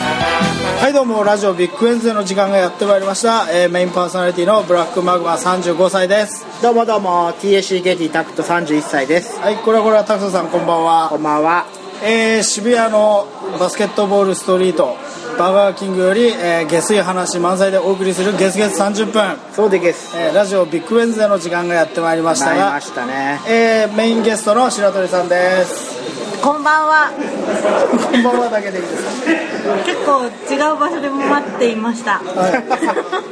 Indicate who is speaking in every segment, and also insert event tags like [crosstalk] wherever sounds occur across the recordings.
Speaker 1: はいどうもラジオビッグエンズの時間がやってまいりました、えーメインパーソナリティのブラックマグマ35歳です
Speaker 2: どうもどうも TSCKT タクト31歳です
Speaker 1: はいこれはこれはタクソさんこんばん
Speaker 2: こ
Speaker 1: は、
Speaker 2: んばんは
Speaker 1: えー渋谷のバスケットボールストリートバーガーキングより、えー下水話満載でお送りするゲスゲス30分、
Speaker 2: そうでゲス
Speaker 1: えーラジオビッグエンズの時間がやってまいりました
Speaker 2: 参りま
Speaker 1: が、
Speaker 2: したね
Speaker 1: えーメインゲストの白鳥さんです
Speaker 3: こんばんは。
Speaker 1: こんばんはだけでいいですか
Speaker 3: 結構違う場所で待っていました。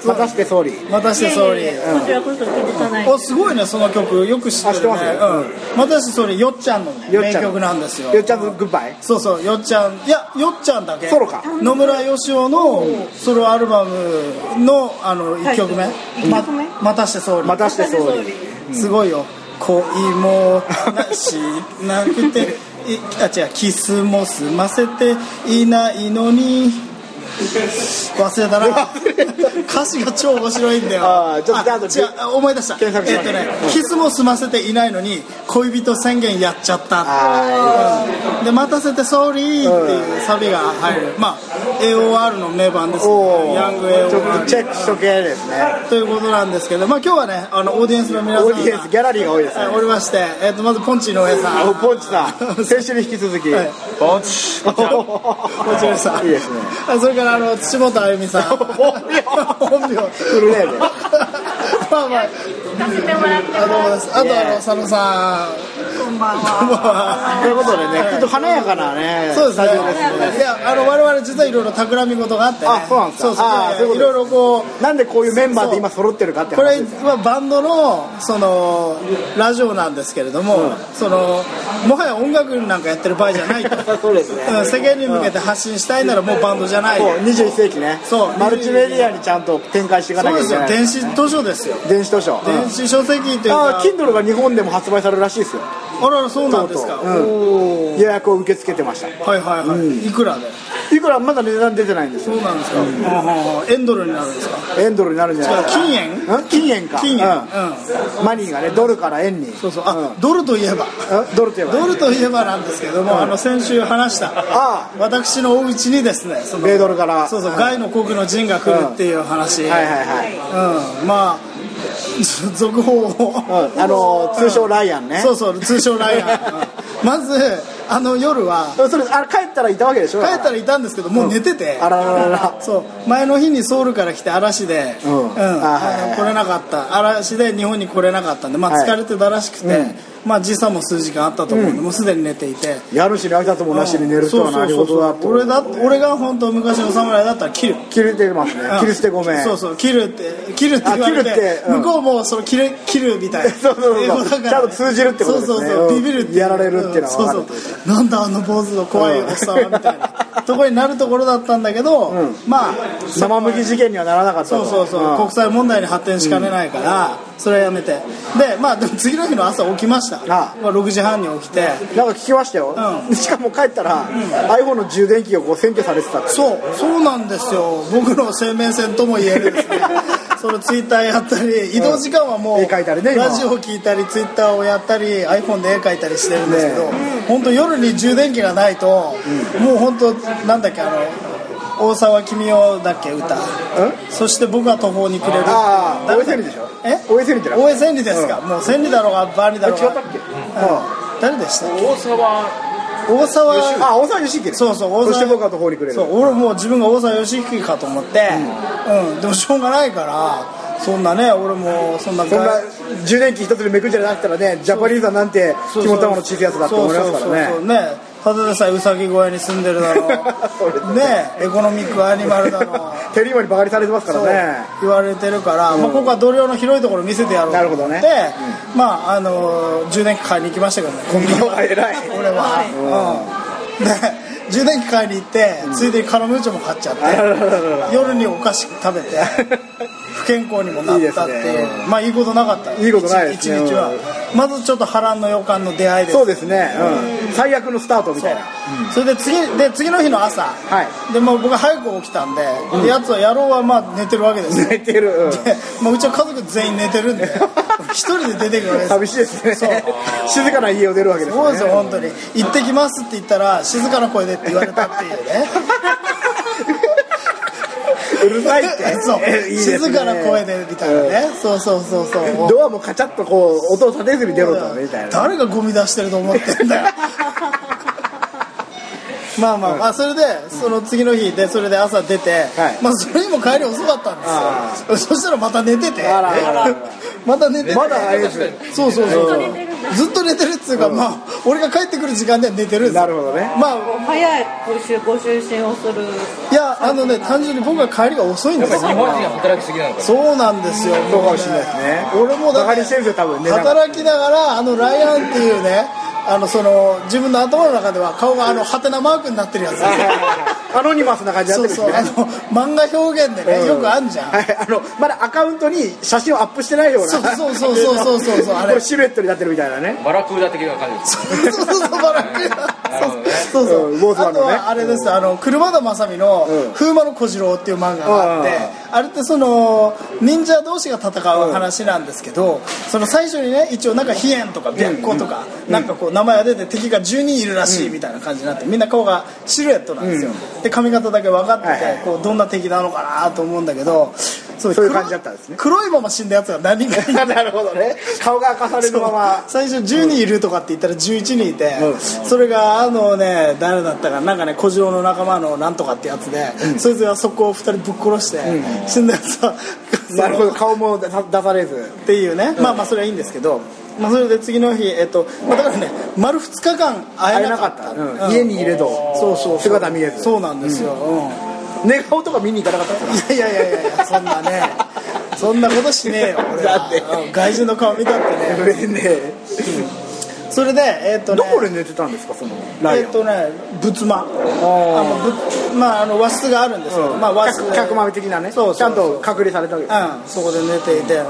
Speaker 2: またして総理
Speaker 1: またして総
Speaker 3: い
Speaker 1: 理
Speaker 3: えいえこちらこそ気づかない。
Speaker 1: おすごいねその曲よく知ってるね
Speaker 2: あ知って
Speaker 1: うん、またして総理よっちゃんの、ね、
Speaker 2: よっ
Speaker 1: 名
Speaker 2: ちゃん
Speaker 1: 曲なんですよ
Speaker 2: よっちゃんのグッバイ
Speaker 1: そうそうよっちゃんいやよっちゃんだけ
Speaker 2: ソロか
Speaker 1: 野村義雄のソロアルバムのあの1曲目
Speaker 3: タイトル
Speaker 1: ま
Speaker 3: 一曲目
Speaker 1: またして総理
Speaker 2: またして総
Speaker 3: またして
Speaker 2: 理
Speaker 3: 総
Speaker 1: すごいよ恋もなしなくていあ違うキスも済ませていないのに忘れたな歌詞が超面白いんだよ
Speaker 2: あーちょっとじゃあ後
Speaker 1: 違う
Speaker 2: で
Speaker 1: あ思い出した
Speaker 2: 検索し
Speaker 1: え
Speaker 2: ま
Speaker 1: っ
Speaker 2: しょ
Speaker 1: と
Speaker 2: う
Speaker 1: ねキスも済ませていないのに恋人宣言やっちゃった
Speaker 2: は
Speaker 1: で待たせてソーリーっていうサビが入る、まあ、AOR の名盤で
Speaker 2: い
Speaker 1: す
Speaker 2: おお
Speaker 1: ヤング
Speaker 2: ちょっと
Speaker 1: AOR
Speaker 2: チェックしとけですね
Speaker 1: ということなんですけど、まあ、今日はねあのオーディエンスの皆さん
Speaker 2: オ
Speaker 1: が
Speaker 2: ーディエンスギャラリーが多いです
Speaker 1: はい
Speaker 2: ね
Speaker 1: おりまして、えっとまずポンチ井上さん
Speaker 2: おポンチさん先週に引き続き
Speaker 1: はい
Speaker 2: ポンチポ
Speaker 1: ポンチ井上さん
Speaker 2: いいですね
Speaker 1: あそれからあの土本あゆ
Speaker 2: [laughs]
Speaker 1: みさん [laughs] 本名
Speaker 2: フルネーム
Speaker 1: まあまあ
Speaker 3: 聞かせてもらって
Speaker 1: あどうもですあとあの佐野さ
Speaker 3: こんばんは。
Speaker 1: んこんばんは
Speaker 2: ということでねちょっと華やかなね
Speaker 1: そうですね
Speaker 2: スタジオですね
Speaker 1: いやあの我々実はいろいろ企み事があってね
Speaker 2: あそうなんですか
Speaker 1: そうそう
Speaker 2: あーそういう
Speaker 1: い
Speaker 2: こと
Speaker 1: ろいろこう
Speaker 2: なんでこういうメンバーで今揃ってるかって
Speaker 1: これ
Speaker 2: 話ですよ
Speaker 1: はバンドのそのラジオなんですけれども、そのもはや音楽なんかやってる場合じゃない
Speaker 2: [laughs]
Speaker 1: とうん
Speaker 2: そうですね
Speaker 1: 世間に向けて発信したいならもうバンドじゃない
Speaker 2: そう21世紀ね
Speaker 1: そう
Speaker 2: マルチメディアにちゃんと展開していかな
Speaker 1: そう
Speaker 2: き
Speaker 1: で
Speaker 2: ゃい
Speaker 1: す
Speaker 2: け
Speaker 1: よ
Speaker 2: ない
Speaker 1: 電子図書ですよ
Speaker 2: 電子図書
Speaker 1: 電子書籍という
Speaker 2: あ
Speaker 1: か
Speaker 2: あ Kindle が日本でも発売されるらしいですよ
Speaker 1: あららそうなんですか
Speaker 2: とうとう
Speaker 1: おー
Speaker 2: 予約を受け付けてました
Speaker 1: はいはいはい、いくらで
Speaker 2: いくらまだ値段出てないんです
Speaker 1: そ
Speaker 2: よ
Speaker 1: うなんですか、はあはあはあエンドルになるんですか
Speaker 2: エンドルになるんじゃないですか
Speaker 1: 金円
Speaker 2: ん金円か
Speaker 1: 金円、うん
Speaker 2: うんマニーがねドルから円に
Speaker 1: そうそうあ、
Speaker 2: ん
Speaker 1: ドルといえば
Speaker 2: んドルって言え
Speaker 1: ド
Speaker 2: ば
Speaker 1: ルといえばなんですけども、あの先週話した
Speaker 2: あ
Speaker 1: 私のお家にですねその
Speaker 2: 米ドルから
Speaker 1: そうそう、
Speaker 2: はい
Speaker 1: 外の国の陣が来るっていう話、うん
Speaker 2: はいはいはい
Speaker 1: まあ [laughs] ず続報を、
Speaker 2: うんあのー通称ライアンね
Speaker 1: そうそう通称ライ
Speaker 2: [laughs]
Speaker 1: アンうんまずあの夜は
Speaker 2: それあれ帰ったらいたわけでしょ
Speaker 1: 帰ったらいたんですけどもう寝てて、
Speaker 2: あらららら
Speaker 1: そう前の日にソウルから来て嵐で、
Speaker 2: うんあはいはいはい
Speaker 1: あの来れなかった嵐で日本に来れなかったんで、まあ、
Speaker 2: はい
Speaker 1: 疲れてたらしくて、
Speaker 2: うん
Speaker 1: まあ、時差も数時間あったと思うんで、もうすでに寝ていて、
Speaker 2: 家主に挨拶もなしに寝るとは何事だ
Speaker 1: そうそうそう
Speaker 2: と
Speaker 1: そう俺だって俺が本当昔の侍だったら切る
Speaker 2: 切れてますね切り捨てごめん
Speaker 1: そうそう切るって切るって言われて
Speaker 2: あ切るってうん
Speaker 1: 向こうもその切る切るみたいな
Speaker 2: [laughs] そうそうそう
Speaker 1: 英語だから
Speaker 2: ちゃんと通じるってことです
Speaker 1: そ
Speaker 2: ね
Speaker 1: うそうそう
Speaker 2: うん
Speaker 1: ビビるっていう
Speaker 2: やられるっていうのは
Speaker 1: そう
Speaker 2: 分か
Speaker 1: そ
Speaker 2: る
Speaker 1: うなんだあの坊主の怖いおっさんはみたいなとこになるところだったんだけど、
Speaker 2: ん
Speaker 1: まあ
Speaker 2: 生麦事件にはならなかった
Speaker 1: そう
Speaker 2: と
Speaker 1: そうそう、
Speaker 2: ん
Speaker 1: 国際問題に発展しかねないから、それはやめてでまあでも次の日の朝起きました
Speaker 2: あ
Speaker 1: まあ、6時半に起きて
Speaker 2: なんか聞きましたよ、
Speaker 1: う
Speaker 2: しかも帰ったら、iPhone の充電器がこう占拠されてたって
Speaker 1: そうそうなんですよ僕の生命線とも言えるですねそのツイッターやったり移動時間はもう、
Speaker 2: 絵描いたりね今
Speaker 1: ラジオ聞いたりツイッターをやったり iPhone で絵描いたりしてるんですけど、
Speaker 2: ね
Speaker 1: 本当夜に充電器がないと、もう本当なんだっけあの大沢君をだっけ歌そして僕は途方に暮れる
Speaker 2: ああ
Speaker 1: 誰
Speaker 2: 大
Speaker 1: だ
Speaker 2: 千里でしょ
Speaker 1: え
Speaker 2: 大千里じゃない
Speaker 1: 大江千里ですか、もう千里だろうが万里だ
Speaker 2: あ違
Speaker 1: ろうが
Speaker 2: ったっけ、
Speaker 1: 誰でしたっ
Speaker 4: 大沢
Speaker 1: け大沢
Speaker 2: あ大沢義行
Speaker 1: そうそう
Speaker 2: そして僕は途方に暮れる
Speaker 1: そう俺もう自分が大沢良之かと思って、うんでもしょうがないからそんなね俺もそんな
Speaker 2: そんな充電器一つでめくんじゃなくたらねジャパニーズはなんて
Speaker 1: そうそう
Speaker 2: 肝玉の小さいやつだって思いますからね
Speaker 1: そうそうそうそうねただでさえウサギ小屋に住んでるだろ
Speaker 2: [laughs] それで
Speaker 1: うねエコノミックアニマルだ
Speaker 2: [laughs]
Speaker 1: ろう
Speaker 2: [laughs] テリーマにバカにされてますか
Speaker 1: そう
Speaker 2: らね
Speaker 1: 言われてるから、まあ、ここは同僚の広いところ見せてやろうと思って
Speaker 2: なるほどね
Speaker 1: まああのー充電器買いに行きましたけどねコンビニ
Speaker 2: あ偉い
Speaker 1: 俺は、うん、で充電器買いに行って、ついでにカラムーチョも買っちゃって
Speaker 2: あららららら [laughs]
Speaker 1: 夜にお菓子食べて不健康にもなったっていう
Speaker 2: いいです
Speaker 1: まあいいことなかった
Speaker 2: いいことないですね
Speaker 1: 一日はまずちょっと波乱の予感の出会いです
Speaker 2: そうですね、うん最悪のスタートみたいな
Speaker 1: それで次で次の日の朝、
Speaker 2: はい
Speaker 1: でもう僕は早く起きたんで、でやつは野郎はまあ寝てるわけですよ
Speaker 2: 寝て [laughs] る、うん
Speaker 1: [laughs] でまあ、うちは家族全員寝てる
Speaker 2: [laughs]
Speaker 1: んで一人で出てくるわけですよ
Speaker 2: 寂しいですね
Speaker 1: そう
Speaker 2: 静かな家を出るわけですね
Speaker 1: そうですよ本当に「行ってきます」って言ったら「静かな声で」って言われたっていうね
Speaker 2: うるさいって
Speaker 1: そう
Speaker 2: えいいですね
Speaker 1: 静かな声でみたいなね、そうそうそうそう
Speaker 2: ドアもカチャッとこう音を立てずに出ろとみたいな
Speaker 1: 誰がゴミ出してると思ってん
Speaker 2: [laughs]
Speaker 1: だよまあまあまあそれでその次の日でそれで朝出て、
Speaker 2: はい
Speaker 1: まあそれにも帰り遅かったんですよそしたらまた寝てて
Speaker 2: あらあらあら
Speaker 1: [laughs] また寝てて
Speaker 2: まだあれです
Speaker 1: そうそうそう
Speaker 3: ずっと寝てるんだ
Speaker 1: ずっと寝てるっつうか、まあ俺が帰ってくる時間では寝てるんですよ
Speaker 2: なるほど
Speaker 1: [laughs]
Speaker 2: ね
Speaker 1: まあ
Speaker 3: 早いご就ご就寝をする
Speaker 1: いやあのね単純に僕は帰りが遅いんですよ
Speaker 4: 日本人は働きすぎなのかな
Speaker 1: そうなんですよ
Speaker 2: そうかもしれないですね
Speaker 1: 俺もだか
Speaker 2: バカ
Speaker 1: ら
Speaker 2: にしてるんですよ多分ねなんか
Speaker 1: 働きながらあのライアンっていうねあのその自分の頭の中では顔があのハテナマークになってるやつ
Speaker 2: はいはいはいアノニマスな感じに
Speaker 1: そ
Speaker 2: な
Speaker 1: う
Speaker 2: って
Speaker 1: そう
Speaker 2: る
Speaker 1: あ
Speaker 2: んですね
Speaker 1: の漫画表現で
Speaker 2: う
Speaker 1: ね
Speaker 2: ん
Speaker 1: よくあんじゃん
Speaker 2: はいあのまだアカウントに写真をアップしてないような
Speaker 1: そうそうそうそうそうそうあれ
Speaker 2: これシルエットになってるみたいなね
Speaker 4: バラクーダ的な感じです
Speaker 1: そうそうそうバラク
Speaker 4: るほどね
Speaker 1: そうそううんそ
Speaker 2: ボ
Speaker 1: う
Speaker 2: ーズマ
Speaker 1: あ
Speaker 2: ン
Speaker 1: と
Speaker 2: のね
Speaker 1: はあれですあの車田正美の
Speaker 2: うん
Speaker 1: 「風魔の小次郎」っていう漫画があってあれってその忍者同士が戦う話なんですけどその最初にね一応なんか飛燕とか白虎とかなんかこう名前が出て敵が10人いるらしいみたいな感じになってみんな顔がシルエットなんですよで髪型だけ分かって
Speaker 2: はいはい
Speaker 1: てこうどんな敵なのかなと思うんだけどそ
Speaker 2: そういう感じだったんですね
Speaker 1: 黒いまま死んだやつが何人かいる
Speaker 2: [laughs] なるほどね顔が明かされるまま
Speaker 1: 最初10人いるとかって言ったら11人いて、
Speaker 2: うん
Speaker 1: それがあのね誰だったかなんかね小次郎の仲間のなんとかってやつで、そいつがそこを2人ぶっ殺して、死んだやつは
Speaker 2: なるほど顔も出さ出されず
Speaker 1: っていうね、まあまあそれはいいんですけど、まあ、それで次の日、えっとまあ、だからね丸2日間会
Speaker 2: 会
Speaker 1: え
Speaker 2: え
Speaker 1: な
Speaker 2: な
Speaker 1: か
Speaker 2: か
Speaker 1: っ
Speaker 2: ったた、
Speaker 1: う
Speaker 2: うんん家にいれど
Speaker 1: そうそうそう
Speaker 2: 姿見えず
Speaker 1: そうなんですよ、うん
Speaker 2: 寝顔とか見に行かなかった
Speaker 1: いやいやいやいやそんなねそんなことしねえよ俺は
Speaker 2: [laughs] だって
Speaker 1: うん外人の顔見たってね
Speaker 2: 俺ね
Speaker 1: それでえっとね
Speaker 2: どこで寝てたんですかそのラ
Speaker 1: え
Speaker 2: イ
Speaker 1: っ
Speaker 2: オン
Speaker 1: とね仏間あのぶまああの和室があるんですけど、
Speaker 2: うん
Speaker 1: まあ和室
Speaker 2: 客客豆的なね
Speaker 1: そうそうそう
Speaker 2: ちゃんと隔離されたわけです
Speaker 1: うんそこで寝ていて、うん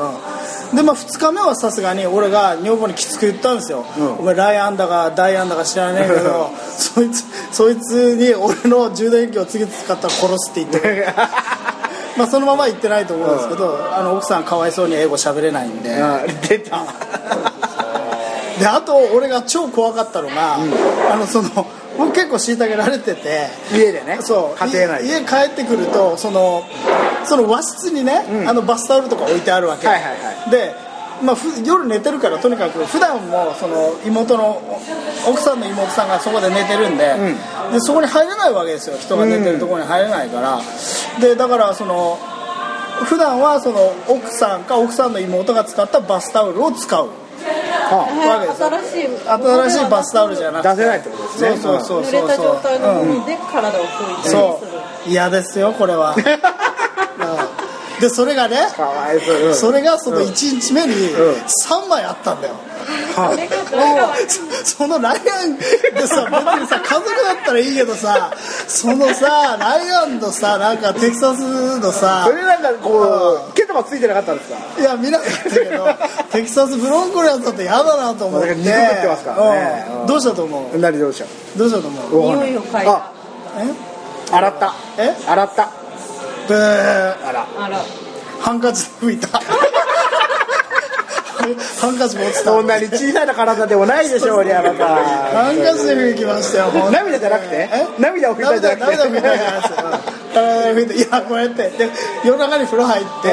Speaker 1: でまあ2日目はさすがに俺が女房にきつく言ったんですよ、
Speaker 2: うん
Speaker 1: お前ライアンだかダイアンだか知らねえけど [laughs] そいつそいつに俺の充電器を次々使ったら殺すって言ってく
Speaker 2: [laughs]
Speaker 1: れまあそのまま言ってないと思うんですけど、あの奥さんかわいそうに英語喋れないんで、
Speaker 2: あ出た
Speaker 1: であと俺が超怖かったのが、あのその僕結構虐げられてて
Speaker 2: 家でね
Speaker 1: そう
Speaker 2: 家庭内
Speaker 1: い
Speaker 2: で
Speaker 1: 家帰ってくるとそのその和室にね、あのバスタオルとか置いてあるわけ、
Speaker 2: はいはい
Speaker 1: で、まあ、ふ夜寝てるからとにかく普段もその妹のお奥さんの妹さんがそこで寝てるんで,、でそこに入れないわけですよ人が寝てるところに入れないから、でだからその普段はその奥さんか奥さんの妹が使ったバスタオルを使うわけですよ
Speaker 3: 新しい
Speaker 1: 新しいバスタオルじゃなくて
Speaker 2: 出せないってことです
Speaker 1: そ
Speaker 2: ね
Speaker 1: うそうそう
Speaker 3: 濡
Speaker 1: そ
Speaker 3: れ
Speaker 1: う
Speaker 3: た状態の
Speaker 1: うん
Speaker 3: もので体を拭いたりする、
Speaker 1: そう嫌ですよこれはうんでそれがね
Speaker 2: かわいそううん
Speaker 1: それがその1日目に
Speaker 2: うん
Speaker 1: 3枚あったんだよ
Speaker 3: それがどうかは
Speaker 1: そそのライアンでさ別にさ家族だったらいいけどさそのさライアンのさなんかテキサスのさ
Speaker 2: それなんかこう毛とかついてなかったんですか
Speaker 1: いや見なかったけどテキサスブロンコのやつだって嫌だなと思って
Speaker 2: だから肉食ってますからね
Speaker 1: うん
Speaker 2: うん
Speaker 1: どうしたと思う
Speaker 2: 何どうでしょう
Speaker 1: どうしたと思う
Speaker 3: 匂いを嗅いだ
Speaker 2: あ洗った
Speaker 1: え
Speaker 2: 洗った
Speaker 1: えブー
Speaker 2: あら
Speaker 3: あら
Speaker 1: ハンカチ拭いたハンカチ持ってた
Speaker 2: そんなに小さな体でもないでしょうにあなた
Speaker 1: ハンカチで拭きましたよ
Speaker 2: [laughs]
Speaker 1: 本当に
Speaker 2: 涙じゃなくて
Speaker 1: え
Speaker 2: 涙を拭いたんじゃなくて
Speaker 1: 涙涙を拭いたんじゃないですようん体を拭いていやこうやってで夜中に風呂入って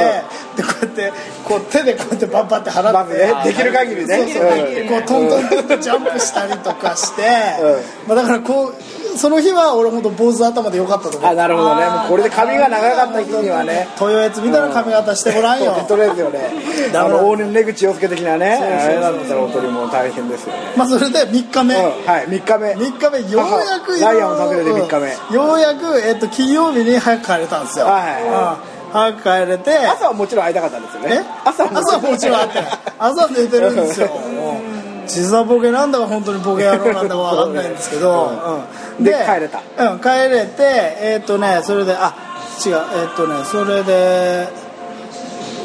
Speaker 1: でこうやってこう手でこうやってバンバンって払って
Speaker 2: まずねできる限りね
Speaker 1: そうそう
Speaker 2: うん
Speaker 1: こうトントンジャンプしたりとかして、まあ、だからこうその日は俺本当坊主頭でよかったと思
Speaker 2: [laughs] あ
Speaker 1: う
Speaker 2: なるほどねもうこれで髪が長かった日にはね
Speaker 1: 豊悦みたいな髪型してごらんよ
Speaker 2: [laughs] そうとりあえずよね
Speaker 1: ダ
Speaker 2: あ
Speaker 1: メだ
Speaker 2: の往年の出口洋介的なね
Speaker 1: そうそうそう
Speaker 2: あれだったら本当にもう大変ですよね
Speaker 1: まあそれで3日目、
Speaker 2: うんはい3日目
Speaker 1: 3日目ようやく
Speaker 2: ライアンを食べるで3日目
Speaker 1: うんようやく、えっと金曜日に早く帰れたんですよ、
Speaker 2: はい
Speaker 1: うん早く帰れて
Speaker 2: 朝はもちろん会いたかったんですよ
Speaker 1: え
Speaker 2: ね朝は
Speaker 1: 朝もちろん会ってない朝寝てるん
Speaker 2: [laughs]
Speaker 1: ですよ時差ボケなんだか本当にボケ野郎なんだかわかんないんですけど、うん
Speaker 2: で帰れた
Speaker 1: うん帰れてえっ、とねそれであ違うえっ、とねそれで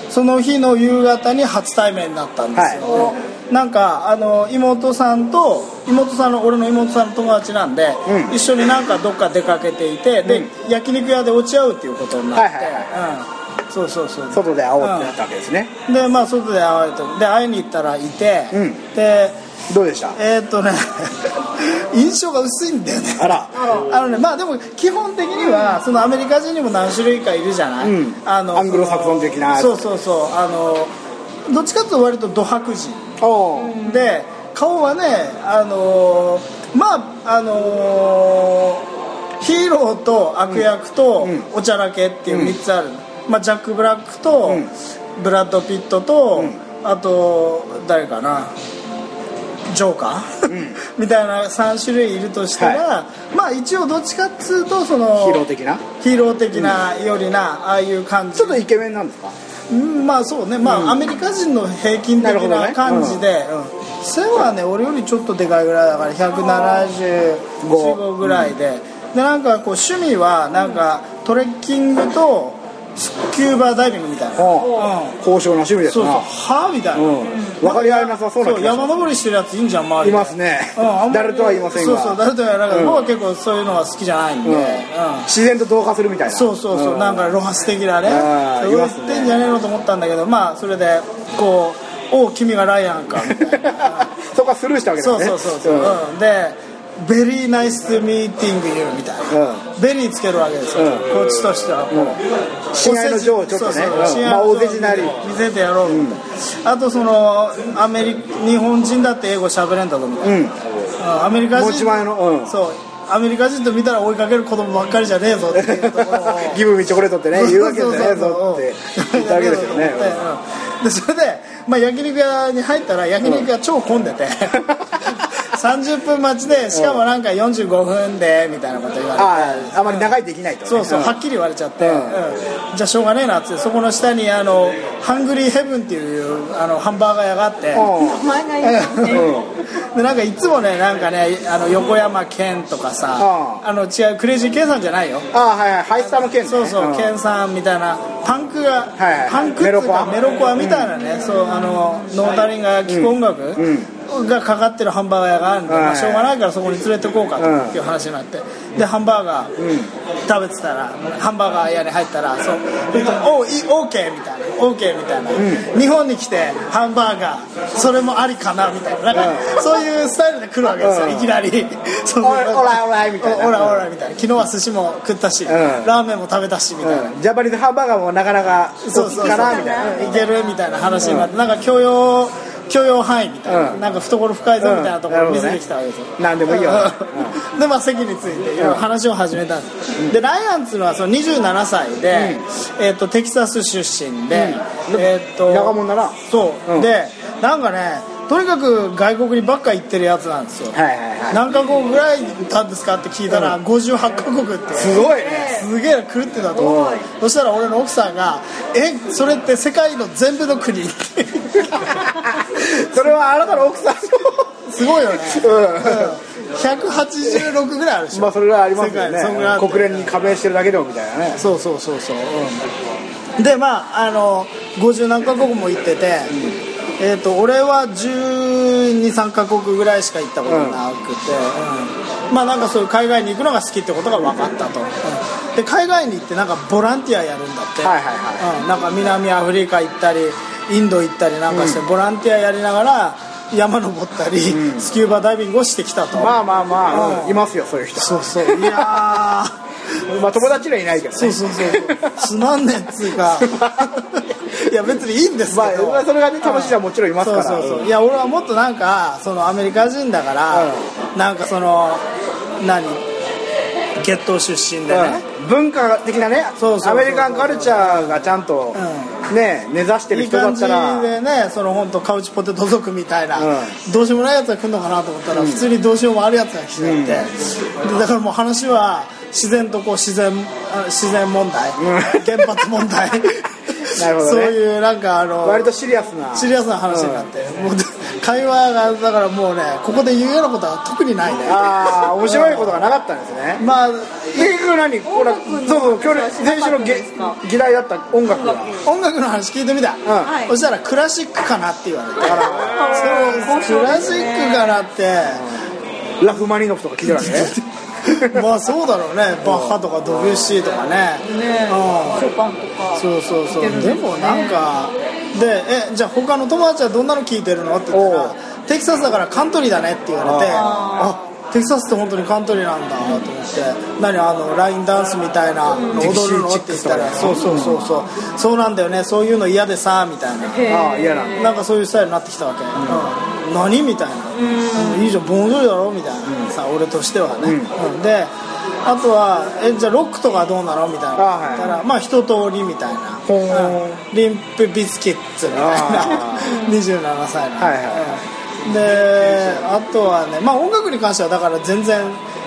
Speaker 1: その日の夕方に初対面になったんですよ、なんかあの妹さんと妹さんの俺の妹さんの友達なんで、
Speaker 2: うん
Speaker 1: 一緒になんかどっか出かけていて、で焼肉屋で落ち合うっていうことになって、
Speaker 2: はいはい
Speaker 1: うん、そうそうそう
Speaker 2: 外で会おうってなったわけですね
Speaker 1: でまあ外で会われてで会いに行ったらいて、
Speaker 2: うん
Speaker 1: で
Speaker 2: どうでした
Speaker 1: えーっとね [laughs] 印象が薄いんだよね
Speaker 2: あら
Speaker 1: あのねまあでも基本的にはそのアメリカ人にも何種類かいるじゃない、
Speaker 2: うん
Speaker 1: あの
Speaker 2: アングロサクソン的な
Speaker 1: そうそうそうあのどっちかというと割とド白人
Speaker 2: おう
Speaker 1: で顔はねあのーまああのーヒーローと悪役と
Speaker 2: ん
Speaker 1: おちゃらけっていう3つある、まあ、ジャック・ブラックと、
Speaker 2: うん
Speaker 1: ブラッド・ピットと、あと誰かなジョーカー、 [laughs] みたいな3種類いるとしたら、まあ一応どっちかっつうとその
Speaker 2: ヒーロー的な
Speaker 1: ヒーロー的なよりな、ああいう感じ
Speaker 2: ちょっとイケメンなんですか
Speaker 1: うんまあそうねまあ、アメリカ人の平均的
Speaker 2: なるほど
Speaker 1: な
Speaker 2: ね
Speaker 1: 感じで、背はね俺よりちょっとでかいぐらいだから175ぐらいで、でなんかこう趣味はなんかトレッキングとスキューバダイビングみたいな、うん、
Speaker 2: おう高尚な趣味です
Speaker 1: そうそう
Speaker 2: な
Speaker 1: はあみたいな、
Speaker 2: うん分かり合えなさそうな
Speaker 1: そう
Speaker 2: 気がし
Speaker 1: 山
Speaker 2: ま
Speaker 1: 登りしてるやついいんじゃん周
Speaker 2: す
Speaker 1: り
Speaker 2: いますね
Speaker 1: うんあんまり
Speaker 2: 誰とは言いませんが
Speaker 1: そうそう誰とは言わないけど、
Speaker 2: うん
Speaker 1: 僕は結構そういうのは好きじゃないんで、
Speaker 2: うん
Speaker 1: うん
Speaker 2: 自然と同化するみたいな
Speaker 1: そうそうそう、なんかロハス的なね
Speaker 2: あー
Speaker 1: そう言ってんじゃねえのと思ったんだけどまあそれでこう「おう君がライアン
Speaker 2: [laughs]
Speaker 1: か」みたいな
Speaker 2: そこはスルーしたわけだ
Speaker 1: そ
Speaker 2: よ
Speaker 1: う
Speaker 2: ね
Speaker 1: そうそうそう、
Speaker 2: ん
Speaker 1: うん、で「ベリーナイスミーティングユー」みたいな、ベリーつけるわけですよ、
Speaker 2: うん
Speaker 1: こっちとしてはこう、
Speaker 2: 親愛の情をちょっとね
Speaker 1: そうそう
Speaker 2: う
Speaker 1: 親愛の
Speaker 2: んまあ
Speaker 1: 情を
Speaker 2: 大手じなり
Speaker 1: 見せてやろうみたいな、あとそのアメリ日本人だって英語喋れんだと思う [laughs]
Speaker 2: うん
Speaker 1: うんアメリカ人
Speaker 2: 持ち前のうん
Speaker 1: そうアメリカ人と見たら追いかける子供ばっかりじゃねえぞっていうところを
Speaker 2: ギブミチョコレートってね言うわけじゃねえ
Speaker 1: [laughs]
Speaker 2: ぞって言ったわけですよね
Speaker 1: うんでそれで、まあ、焼肉屋に入ったら焼肉が超混んで
Speaker 2: [laughs]
Speaker 1: て、30分待ちでしかもなんか45分でみたいなこと言われて。
Speaker 2: あああまり長いできないとね
Speaker 1: そうそう、はっきり言われちゃって、
Speaker 2: うん
Speaker 1: うんじゃあしょうがねえなっつってそこの下にあのハングリーヘブンっていうあのハンバーガー屋があって、
Speaker 2: う
Speaker 3: 前がいいですね
Speaker 2: んう
Speaker 1: [laughs]
Speaker 2: ん
Speaker 1: でなんかいつもねなんかねあの横山健とかさ
Speaker 2: あ
Speaker 1: あの違うクレイジーケンさんじゃないよ
Speaker 2: ああはいはいハイスターの件ね
Speaker 1: そうそう、
Speaker 2: ん
Speaker 1: ケンさんみたいなパンクが、
Speaker 2: はいはい
Speaker 1: パンクっていうかメ
Speaker 2: メ
Speaker 1: ロコアみたいなね、そうあのノータリンが聴く音楽、がかかってるハンバーガー屋があるんで、
Speaker 2: はい
Speaker 1: まあ、しょうがないからそこに連れてこうか
Speaker 2: うん
Speaker 1: っていう話になって、でハンバーガー、食べてたらハンバーガー屋に入ったらそう「おういオーケー」みたいな「オーケー」みたいな、日本に来てハンバーガーそれもありかなみたいななんか、そういうスタイルで来るわけですよ、
Speaker 2: うん
Speaker 1: いきなり「そう
Speaker 2: おいおらいおらいみたいな
Speaker 1: おおらおら」みたいな昨日は寿司も食ったし、
Speaker 2: ん
Speaker 1: ラーメンも食べたしみたいな、
Speaker 2: うんジャパニーズハンバーガーもなかなか
Speaker 1: そうそうそう
Speaker 2: かなみたいな
Speaker 1: うんいけるみたいな話になって、なんか許容許容範囲みたいな、
Speaker 2: うん
Speaker 1: なんか懐深いぞみたいなところを見せてきたわけですよ、
Speaker 2: うんなるほどねなんでもいいよ
Speaker 1: うんでまあ席についていろいろ話を始めたんです、でライアンっていうのはその27歳で、えっとテキサス出身で、えっと
Speaker 2: 長者だな
Speaker 1: そう、
Speaker 2: うん
Speaker 1: でなんかねとにかく外国にばっか行ってるやつなんですよ、
Speaker 2: はいはいはい
Speaker 1: 何カ国ぐらい行ったんですかって聞いたら、58カ国って
Speaker 2: すごいね
Speaker 1: すげえ狂ってたと思うそしたら俺の奥さんが「えそれって世界の全部の国?」
Speaker 2: [laughs]
Speaker 1: って
Speaker 2: それはあなたの奥さん
Speaker 1: すごいよね、
Speaker 2: の
Speaker 1: 186ぐらいあるでし
Speaker 2: う
Speaker 1: ょ
Speaker 2: んまあそれがありますよ
Speaker 1: 世界そんぐらいあ
Speaker 2: ね
Speaker 1: って
Speaker 2: 国連に加盟してるだけでもみたいなね
Speaker 1: そうそうそうそう、うん、でまああの50何カ国も行ってて、えっ、と俺は123カ国ぐらいしか行ったことなくて、うんまあなんかそういう海外に行くのが好きってことが分かったと、うんで海外に行ってなんかボランティアやるんだって、
Speaker 2: はいはいはい
Speaker 1: うん、なんか南アフリカ行ったりインド行ったりなんかして、ボランティアやりながら山登ったり、スキューバダイビングをしてきたと、
Speaker 2: まあまあまあ
Speaker 1: う
Speaker 2: うんんいますよそういう人
Speaker 1: そうそういや
Speaker 2: [laughs]
Speaker 1: ー
Speaker 2: まあ友達にはいないけどね
Speaker 1: そうそうそうそうつまんねえっつう
Speaker 2: [laughs]
Speaker 1: かいや別にいいんですけ
Speaker 2: ま
Speaker 1: ど、
Speaker 2: あそれがね楽しい人はもちろんいますから
Speaker 1: そうそうそういや俺はもっとなんかそのアメリカ人だから、なんかその何血統出身でね、
Speaker 2: うん文化的なね
Speaker 1: そうそうそう
Speaker 2: アメリカンカルチャーがちゃんと、ね根ざしてる
Speaker 1: いい
Speaker 2: 人だ
Speaker 1: 感
Speaker 2: っ
Speaker 1: じ
Speaker 2: たら
Speaker 1: でねその本当カウチポテト族みたいな、
Speaker 2: う
Speaker 1: どうしようもないやつが来るのかなと思ったら、普通にどうしようもあるやつが来ちゃって、でだからもう話は自然とこう自然あ自然問題、原発問題
Speaker 2: [laughs] なるほどね
Speaker 1: そういうなんかあの
Speaker 2: 割とシリアスな
Speaker 1: シリアスな話になって、もう会話がだからもうねここで言うようなことは特にないね
Speaker 2: ああ面白いことがなかったんですね
Speaker 1: [laughs] まあ
Speaker 2: 結局何これそうそう今日先週のげ議題だった音楽が
Speaker 1: 音楽の話聞いてみた、
Speaker 2: はい
Speaker 1: そしたらクラシックかなって言われてからそ
Speaker 3: そうう
Speaker 1: クラシックかなって、
Speaker 2: ラフマニノフとか聞いてるわけね
Speaker 1: まあそうだろうねバッハとかドビュッシーとかね
Speaker 3: ね
Speaker 1: うん
Speaker 3: ショパンとか
Speaker 1: そうそうそう
Speaker 3: いけるんです
Speaker 1: で
Speaker 3: ね
Speaker 1: もなんかでえじゃあ他の友達はどんなの聞いてるのって言った
Speaker 2: お
Speaker 1: ら
Speaker 2: う
Speaker 1: テキサスだからカントリーだねって言われて
Speaker 3: あ
Speaker 1: あテキサスって本当にカントリーなんだと思って何あのラインダンスみたいなの
Speaker 2: ディキ
Speaker 1: 踊
Speaker 2: シ
Speaker 1: るの
Speaker 2: ー
Speaker 1: って
Speaker 2: チック
Speaker 1: 言っ
Speaker 2: スとか
Speaker 1: た
Speaker 2: ね
Speaker 1: らそうそうそうそうそうなんだよねそういうの嫌でさみたいな
Speaker 3: へー
Speaker 2: ああ嫌な
Speaker 1: なんかそういうスタイルになってきたわけ、うん何みたいな、うんいいじゃん盆踊りだろみたいな、さ俺としてはね、うんであとはえじゃあロックとかどうなのみたいな
Speaker 2: あはい
Speaker 1: だからまあ一通りみたいな、
Speaker 2: ほー
Speaker 1: うんリンプビスケッツみたいな
Speaker 2: あ
Speaker 1: 27歳の、
Speaker 2: はいはい
Speaker 1: うんであとはねまあ音楽に関してはだから全然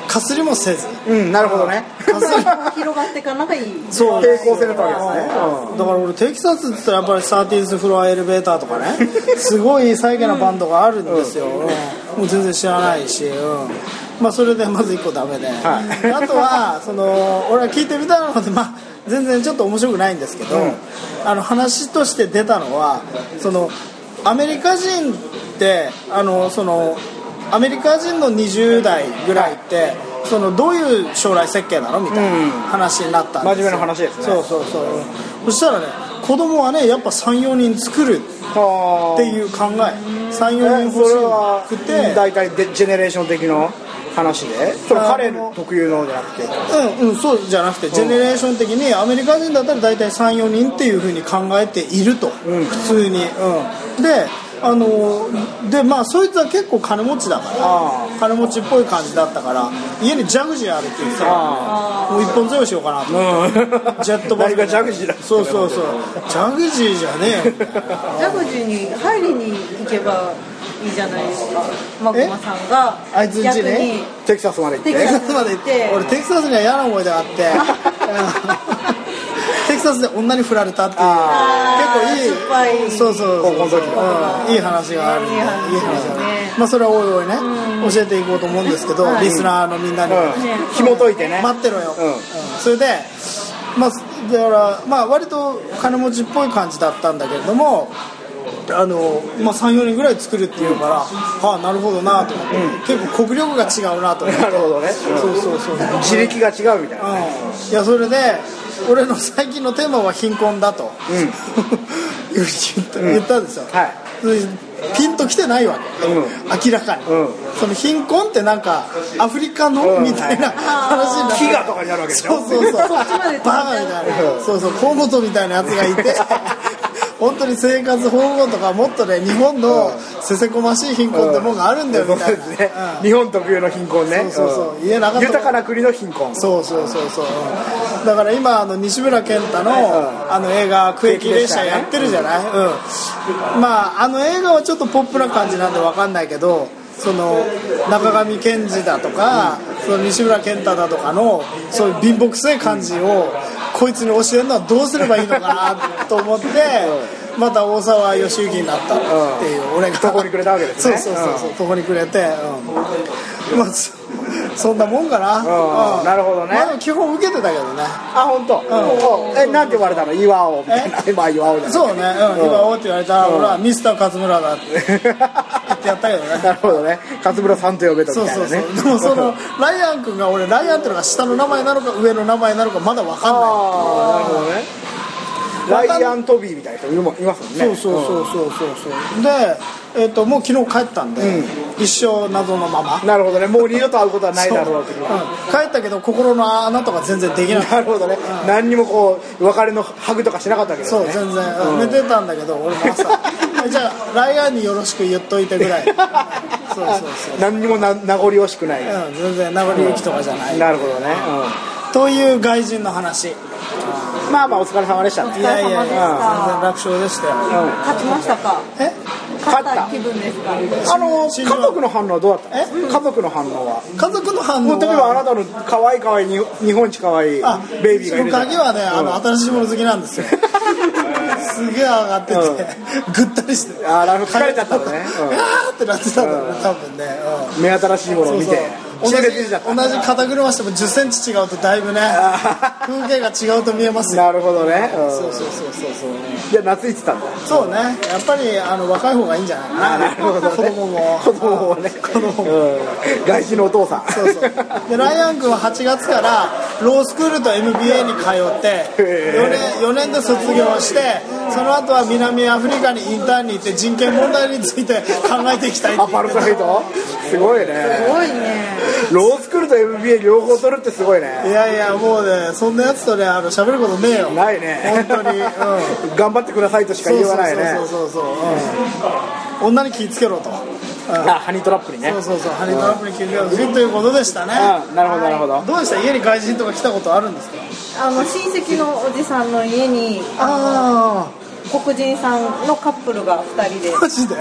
Speaker 1: かすりもせず
Speaker 2: うんなるほど
Speaker 1: [laughs]
Speaker 2: ね
Speaker 1: かすり
Speaker 3: 広がっていかながいい
Speaker 1: そう
Speaker 2: 平行線だったわけですね
Speaker 1: うんだから俺テキサスって言ったらやっぱりサーティースフロアエレベーターとかね [laughs] すごい最下なバンドがあるんですよ、うんもう全然知らないし、うんまあ、それでまず1個ダメで、
Speaker 2: はい
Speaker 1: であとはその俺が聞いてみたので、まあ、全然ちょっと面白くないんですけど、
Speaker 2: うん
Speaker 1: あの話として出たのはそのアメリカ人ってあのそのアメリカ人の20代ぐらいってそのどういう将来設計なのみたいな話になったんですよ
Speaker 2: 真面目な話ですね
Speaker 1: そうそうそうそしたらね子供はねやっぱ34人作るっ
Speaker 2: はあ
Speaker 1: ていう考え34
Speaker 2: え
Speaker 1: 人
Speaker 2: それは
Speaker 1: 欲しくて
Speaker 2: 大体でジェネレーション的な話でそれ彼の特有のじゃなくて
Speaker 1: うんうんそうじゃなくてジェネレーション的にアメリカ人だったら大体34人っていうふうに考えていると、
Speaker 2: ん
Speaker 1: 普通に、うん、であのーでまあそいつは結構金持ちだから
Speaker 2: あ
Speaker 1: 金持ちっぽい感じだったから家にジャグジーあるって言ってたからもう一本背負いしようかなと思って
Speaker 2: うん
Speaker 1: ジェットバス
Speaker 2: 何がジャグジーだ
Speaker 1: そうそうそうジャグジーじゃねえよみたいな
Speaker 3: ジャグジーに入りに行けばいいじゃないですかマグマさんが
Speaker 1: あいつんちね
Speaker 3: 逆に
Speaker 2: テキサスまで行っ
Speaker 3: テキ
Speaker 2: て
Speaker 1: テ
Speaker 3: サ
Speaker 1: キサスまで行って俺テキサスには嫌な思い出
Speaker 3: [laughs]
Speaker 1: があってテキサスで女に振られたっていう
Speaker 3: あー
Speaker 1: 結
Speaker 3: 酸っ
Speaker 1: 構
Speaker 3: ぱ
Speaker 1: いい
Speaker 3: い
Speaker 1: そうそう
Speaker 2: 高校の時の
Speaker 1: うんいい話があるんで
Speaker 3: い
Speaker 1: いい
Speaker 3: い
Speaker 1: 話が
Speaker 3: 話
Speaker 1: あ
Speaker 3: で
Speaker 1: る
Speaker 3: すね
Speaker 1: まあそれはおいおいね教えていこうと思うんですけど
Speaker 3: はい
Speaker 1: リスナーのみんなに
Speaker 2: うん紐解いてね
Speaker 1: 待ってろよ
Speaker 2: うん
Speaker 1: うんそれでまあだからまあ割と金持ちっぽい感じだったんだけれどもあのまあ、34人ぐらい作るっていうから、ああなるほどなと思って、結構国力が違うなと思って
Speaker 2: なるほどね
Speaker 1: そうそうそう
Speaker 2: 自力が違うみたいな
Speaker 1: うんいやそれで俺の最近のテーマは貧困だと、 [laughs] 言った言ったんですよ、
Speaker 2: はい
Speaker 1: でピンときてないわけ、
Speaker 2: う
Speaker 1: 明
Speaker 2: ん
Speaker 1: らかに、
Speaker 2: うん
Speaker 1: その貧困ってなんかアフリカの、
Speaker 2: うん
Speaker 1: みたいな話になって
Speaker 2: 飢餓とかになるわけでしょ
Speaker 1: そうそうそうバ
Speaker 3: っちまで飛んじゃう
Speaker 1: カみたいなそうそう河本みたいなやつがい
Speaker 2: [laughs]
Speaker 1: て本当に生活保護とかもっとね日本のせせこましい貧困ってもんがあるんだよみたいな、
Speaker 2: そううんですね日本特有の貧困ね
Speaker 1: そうそうそうん家なかった
Speaker 2: 豊かな国の貧困
Speaker 1: そうそうそうそうだから今あの西村健太の
Speaker 2: ん
Speaker 1: あの映画「区域列車」やってるじゃない、うん、まああの映画はちょっとポップな感じなんで分かんないけどその中上健二だとか、その西村健太だとかのそういう貧乏くせえ感じをこいつに教えるのはどうすればいいのかなと思ってまた大沢良行になったっていう俺が
Speaker 2: 途方に暮れたわけですね
Speaker 1: そうそうそうそう途方に暮れて、うんまあそそんなもんかな
Speaker 2: うんなるほどね
Speaker 1: まあでも基本受けてたけどね
Speaker 2: あ本当。おえなんて言われたの岩尾みたいな [laughs] 今岩尾だ
Speaker 1: そうね、うん、今おって言われたら
Speaker 2: うん
Speaker 1: 俺はミスター勝村だって言ってやったけど
Speaker 2: [laughs]
Speaker 1: ね
Speaker 2: なるほどね勝村さんと呼べと
Speaker 1: そう
Speaker 2: みたい
Speaker 1: そう
Speaker 2: な
Speaker 1: そ
Speaker 2: ね
Speaker 1: うでもそのライアン君が俺ライアンってのが下の名前なのか上の名前なのかまだ分かんない
Speaker 2: ああなるほどねライアン・トビーみたいな人いるもんいますもんね
Speaker 1: そうそうそうそうそうそうで、えっともう昨日帰ったんで、一生謎のまま
Speaker 2: うんなるほどねもう二度と会うことはないだろうと
Speaker 1: そううん帰ったけど心の穴とか全然できなかった
Speaker 2: なるほどね何にもこう別れのハグとかしなかったけ
Speaker 1: そ
Speaker 2: ど
Speaker 1: う
Speaker 2: ね
Speaker 1: 全然、うん寝てたんだけど俺も [laughs] 朝じゃあライアンによろしく言っといてぐ [laughs] らいそうそうそう
Speaker 2: 何にもな名残惜しくない
Speaker 1: うん、全然名残ゆきとかじゃない、
Speaker 2: なるほどね
Speaker 1: という外人の話い
Speaker 2: うんまあまあお疲れ様でしたね
Speaker 1: やいやいや全
Speaker 3: お疲れ様で
Speaker 1: 然
Speaker 3: した
Speaker 1: 楽勝でしたよ
Speaker 2: うん
Speaker 3: 勝ちましたか
Speaker 1: え
Speaker 3: 勝
Speaker 2: 勝
Speaker 3: っ
Speaker 2: ったた
Speaker 3: 気分ですか
Speaker 2: あの家
Speaker 1: 信じられない
Speaker 2: 族の反応はどうだったえ家族の反応は
Speaker 1: 家族の反応
Speaker 2: もう例えばあな
Speaker 1: は
Speaker 2: たの可愛い可愛いに日本一可愛い
Speaker 1: あ
Speaker 2: ベイビーがいるじゃな
Speaker 1: 鍵はねあの
Speaker 2: うん
Speaker 1: 新しいもの好きなん [laughs] ですよすげえ上がってて、
Speaker 2: うん
Speaker 1: ぐったりして
Speaker 2: あーあの疲れちゃったのねうん
Speaker 1: [laughs] あーってなってたんだろうね多分ね、うん
Speaker 2: 目新しいものを見て
Speaker 1: 同
Speaker 2: 同
Speaker 1: じ
Speaker 2: じ
Speaker 1: 同じ肩車しても1 0ンチ違うとだいぶね
Speaker 2: あ
Speaker 1: 風景が違うと見えますよ
Speaker 2: なるほどねうん
Speaker 1: そうそうそうそうそう
Speaker 2: いや夏行ってたんだ
Speaker 1: そうねやっぱりあの若い方がいいんじゃないかな
Speaker 2: なるほどね
Speaker 1: 子供も
Speaker 2: 子供もね
Speaker 1: 子供も
Speaker 2: うん外人のお父さん
Speaker 1: そうそうでライアン君は8月からロースクールと MBA に通って
Speaker 2: へー
Speaker 1: 4年 ,4 年で卒業してその後は南アフリカにインターンに行って人権問題について考えていきたいって
Speaker 2: アパルトヘイトすごいね
Speaker 3: すごいね
Speaker 2: ロースクールと MBA 両方取るってすごい
Speaker 1: い
Speaker 2: ね
Speaker 1: やいやもうねそんなやつとねあの喋ることねえよ
Speaker 2: ないね
Speaker 1: 本当にうん
Speaker 2: 頑張ってくださいとしか言わないね
Speaker 1: そうそうそうそうそう、うん、女に気ぃつけろと、う
Speaker 2: あハニートラップにね
Speaker 1: ん、そうそうそうハニートラップに気ぃつけろということでしたね
Speaker 2: あなるほどなるほど
Speaker 1: どうでした家に外人とか来たことあるんですか
Speaker 3: あの親戚のおじさんの家に
Speaker 1: ああ
Speaker 3: 黒人さんのカップルが2人で
Speaker 1: マジで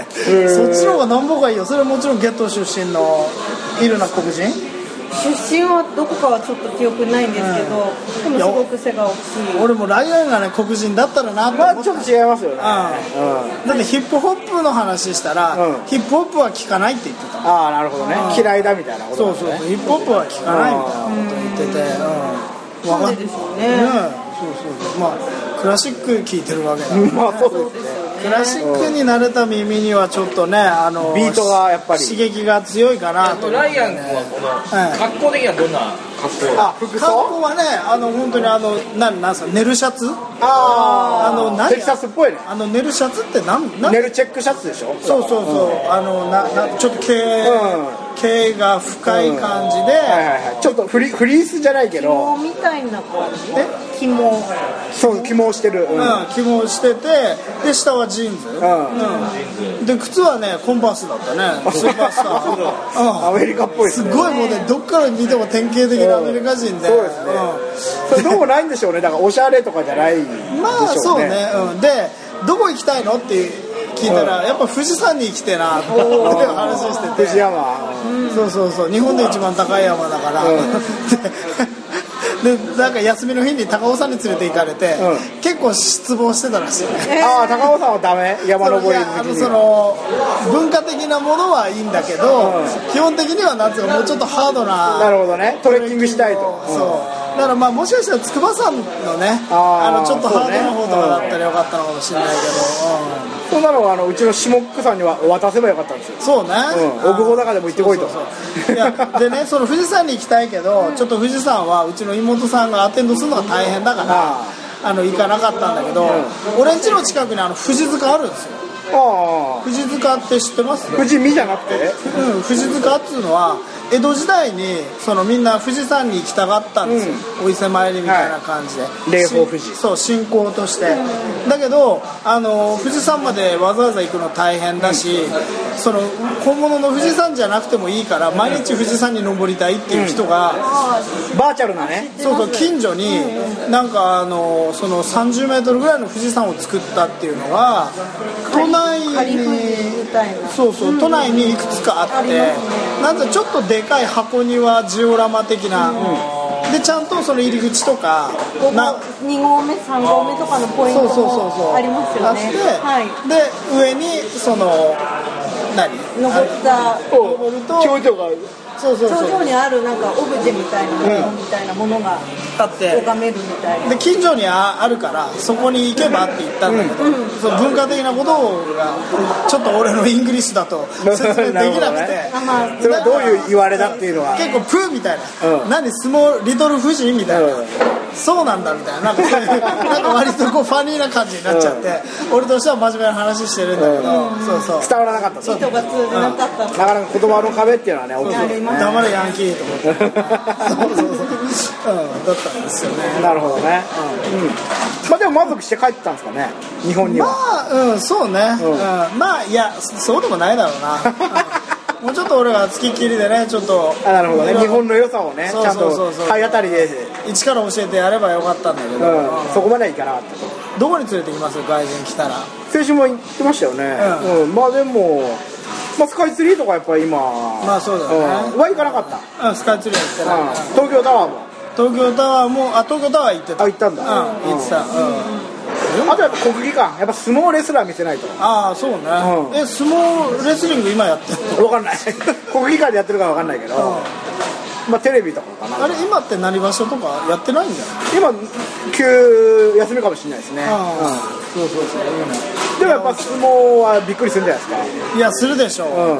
Speaker 1: そっちの方がなんぼがいいよそれはもちろんゲット出身のいるな黒人
Speaker 3: 出身はどこかはちょっと記憶にないんですけど、でもすごく背が大きい
Speaker 1: 俺もライアンがね黒人だったらな
Speaker 2: ま
Speaker 1: と思
Speaker 2: あ
Speaker 1: っ
Speaker 2: ち
Speaker 1: た
Speaker 2: ょっと違いますよねうん
Speaker 1: だってヒップホップの話したら、
Speaker 2: うん
Speaker 1: ヒップホップは聞かないって言ってた
Speaker 2: ああなるほどね嫌いだみたいなこと
Speaker 1: そ
Speaker 2: な
Speaker 1: うん
Speaker 2: だ
Speaker 1: そうそ
Speaker 2: ね
Speaker 1: うヒップホップは聞かないみたいなこと言っててうん
Speaker 3: なんででしょうね
Speaker 1: ねそうそうそうまあクラシック聞いてるわけだから
Speaker 2: うんまあそうですね
Speaker 1: クラシックに慣れた耳にはちょっとねあの
Speaker 2: ビートがやっぱり
Speaker 1: 刺激が強いかなと
Speaker 4: ライアン君はこの格好的にはどんな格好
Speaker 2: あ
Speaker 1: 観
Speaker 2: 服装
Speaker 1: 光はねあの本当にあのなんなんすか寝るシャツ
Speaker 2: あ
Speaker 1: あの
Speaker 2: あ
Speaker 1: 何
Speaker 2: テキサスっぽいね
Speaker 1: あの寝るシャツってなんなん
Speaker 2: ネルチェックシャツでしょ
Speaker 1: そうそうそう、あのななちょっと毛、
Speaker 2: う
Speaker 1: 毛が深い感じで、
Speaker 2: はいはいはいちょっとフリフリースじゃないけど
Speaker 3: 紐みたいな感じ
Speaker 1: え
Speaker 3: 紐
Speaker 2: そう起毛してるうん
Speaker 1: うん、気もしててで下はジーンズ、うんで靴はねコンバースだったねスーパースター、
Speaker 2: ア
Speaker 1: うん
Speaker 2: メリカっぽいで
Speaker 1: す
Speaker 2: すね
Speaker 1: ごいもうねどっから見ても典型的なアメリカ人で、
Speaker 2: そうですねそれどうもないんでしょうねだからおしゃれとかじゃないでしょう
Speaker 1: う
Speaker 2: ね
Speaker 1: んまあそうねうん、でどこ行きたいのって聞いたら、やっぱ富士山に行きてえなっていう話をしてて
Speaker 2: 富士山
Speaker 1: そうそうそう日本で一番高い山だから、ででなんか休みの日に高尾山に連れて行かれて、
Speaker 2: う
Speaker 1: 結構失望してたらしいね
Speaker 2: ああ高尾山はダメ山登り
Speaker 1: いやあ
Speaker 2: 好き
Speaker 1: の
Speaker 2: に
Speaker 1: そ
Speaker 2: は
Speaker 1: の文化的なものはいいんだけど、基本的にはなんつうかもうちょっとハードな
Speaker 2: なるほどねトレッキングしたいと
Speaker 1: そうだからまあもしかしたら筑波山のね
Speaker 2: あー
Speaker 1: あのちょっとハードな方とかだ
Speaker 2: そうね
Speaker 1: ったらよかったのかもしれないけ
Speaker 2: そんなのはあのうちの下ックさんには渡せばよかったんですよ
Speaker 1: ど、うんそうね、
Speaker 2: うん奥穂高でも行ってこいと
Speaker 1: そうそうそういや
Speaker 2: [laughs]
Speaker 1: でねその富士山に行きたいけど、ちょっと富士山はうちの妹さんがアテンドするのが大変だから
Speaker 2: あ
Speaker 1: あの行かなかったんだけど、俺ん家の近くにあの富士塚あるんですよ
Speaker 2: あ
Speaker 1: 富士塚って知ってます
Speaker 2: あ富士見じゃなくて
Speaker 1: うん、富士塚っつうのは江戸時代にそのみんな富士山に行きたかったんですよ、お伊勢参りみたいな感じで、
Speaker 2: い霊峰富士
Speaker 1: しそう信仰として、だけどあの富士山までわざわざ行くの大変だし、その本物の富士山じゃなくてもいいから毎日富士山に登りたいっていう人が、
Speaker 2: バーチャルなね
Speaker 1: そうそう近所になんかあのその30メートルぐらいの富士山を作ったっていうのが都内
Speaker 3: 仮富
Speaker 1: に
Speaker 3: 士みたいな
Speaker 1: そうそう都内にいくつかあってなんかちょっとでかい箱庭ジオラマ的なでちゃんとその入り口とか
Speaker 3: 五
Speaker 1: な
Speaker 3: 合2合目3合目とかのポイント
Speaker 1: そうそうそうそう
Speaker 3: もありますよねはい
Speaker 1: ってで上にその何
Speaker 3: 登った
Speaker 1: 登ると
Speaker 2: 頂上がある
Speaker 1: そうそう
Speaker 3: 頂
Speaker 1: そう
Speaker 3: 上にあるなんかオブジェみたいなものみたいなものが
Speaker 1: 立って
Speaker 3: 拝めるみたいな
Speaker 1: で近所にああるからそこに行けばって言ったんだけど、その文化的なことがちょっと俺のイングリッシュだ
Speaker 2: [laughs]
Speaker 1: と説明できなくて
Speaker 2: なるほどね
Speaker 3: あまあ
Speaker 2: それはどういう言われだっていうのは
Speaker 1: 結構プーみたいな、
Speaker 2: うん
Speaker 1: 何スモーリトル富士みたいな、
Speaker 2: うん
Speaker 1: そうなんだみたいななんかそういう
Speaker 2: [laughs]
Speaker 1: なんか割とこうファニーな感じになっちゃって、俺としては真面目な話してるんだけど、そうそう
Speaker 2: 伝わらなかったと
Speaker 3: 人が通じなかった
Speaker 2: なかなか言葉の壁っていうのはね大きいですね
Speaker 1: 黙れヤンキーと思ってそうそうそう、うん、だったんですよね
Speaker 2: なるほどねうんまあでも満足して帰ってたんですかね日本に
Speaker 1: ま
Speaker 2: は
Speaker 1: あうんそうね、
Speaker 2: うん
Speaker 1: うんまあいやそそうでもないだろう
Speaker 2: [laughs]
Speaker 1: な、うんもうちょっと俺が付きっきりでねちょっと
Speaker 2: あなるほどね
Speaker 1: うん
Speaker 2: 日本の良さをねち
Speaker 1: そう
Speaker 2: ゃん
Speaker 1: そうそ
Speaker 2: と
Speaker 1: うそう
Speaker 2: 体当たりで
Speaker 1: 一から教えてやればよかったんだけ
Speaker 2: う
Speaker 1: ど、
Speaker 2: んそこまではいかなかった
Speaker 1: どこに連れてきます外人来たら
Speaker 2: 先週も言ってましたよね
Speaker 1: う
Speaker 2: うんまあでもまあスカイツリーとかやっぱり今ま
Speaker 1: あそうだよね
Speaker 2: は行かなかった
Speaker 1: うんスカイツリーは行って
Speaker 2: うん
Speaker 1: ない
Speaker 2: 東京タワーも
Speaker 1: 東京タワーもあ東京タワー行ってた
Speaker 2: あ行ったんだ
Speaker 1: うん行ってた、うん
Speaker 2: あとやっぱ国技館やっぱ相撲レスラー見せないと
Speaker 1: ああそうね、
Speaker 2: うん
Speaker 1: え相撲レスリング今やってる
Speaker 2: [laughs]
Speaker 1: [laughs]
Speaker 2: 分かんない国技館でやってるか分かんないけどまあテレビとかかな
Speaker 1: あれ今って何場所とかやってないんじゃない
Speaker 2: 今休休みかもしれないですね
Speaker 1: ああそうそうそう、
Speaker 2: でもやっぱ相撲はびっくりするんじゃないですか
Speaker 1: いやするでしょう、
Speaker 2: うん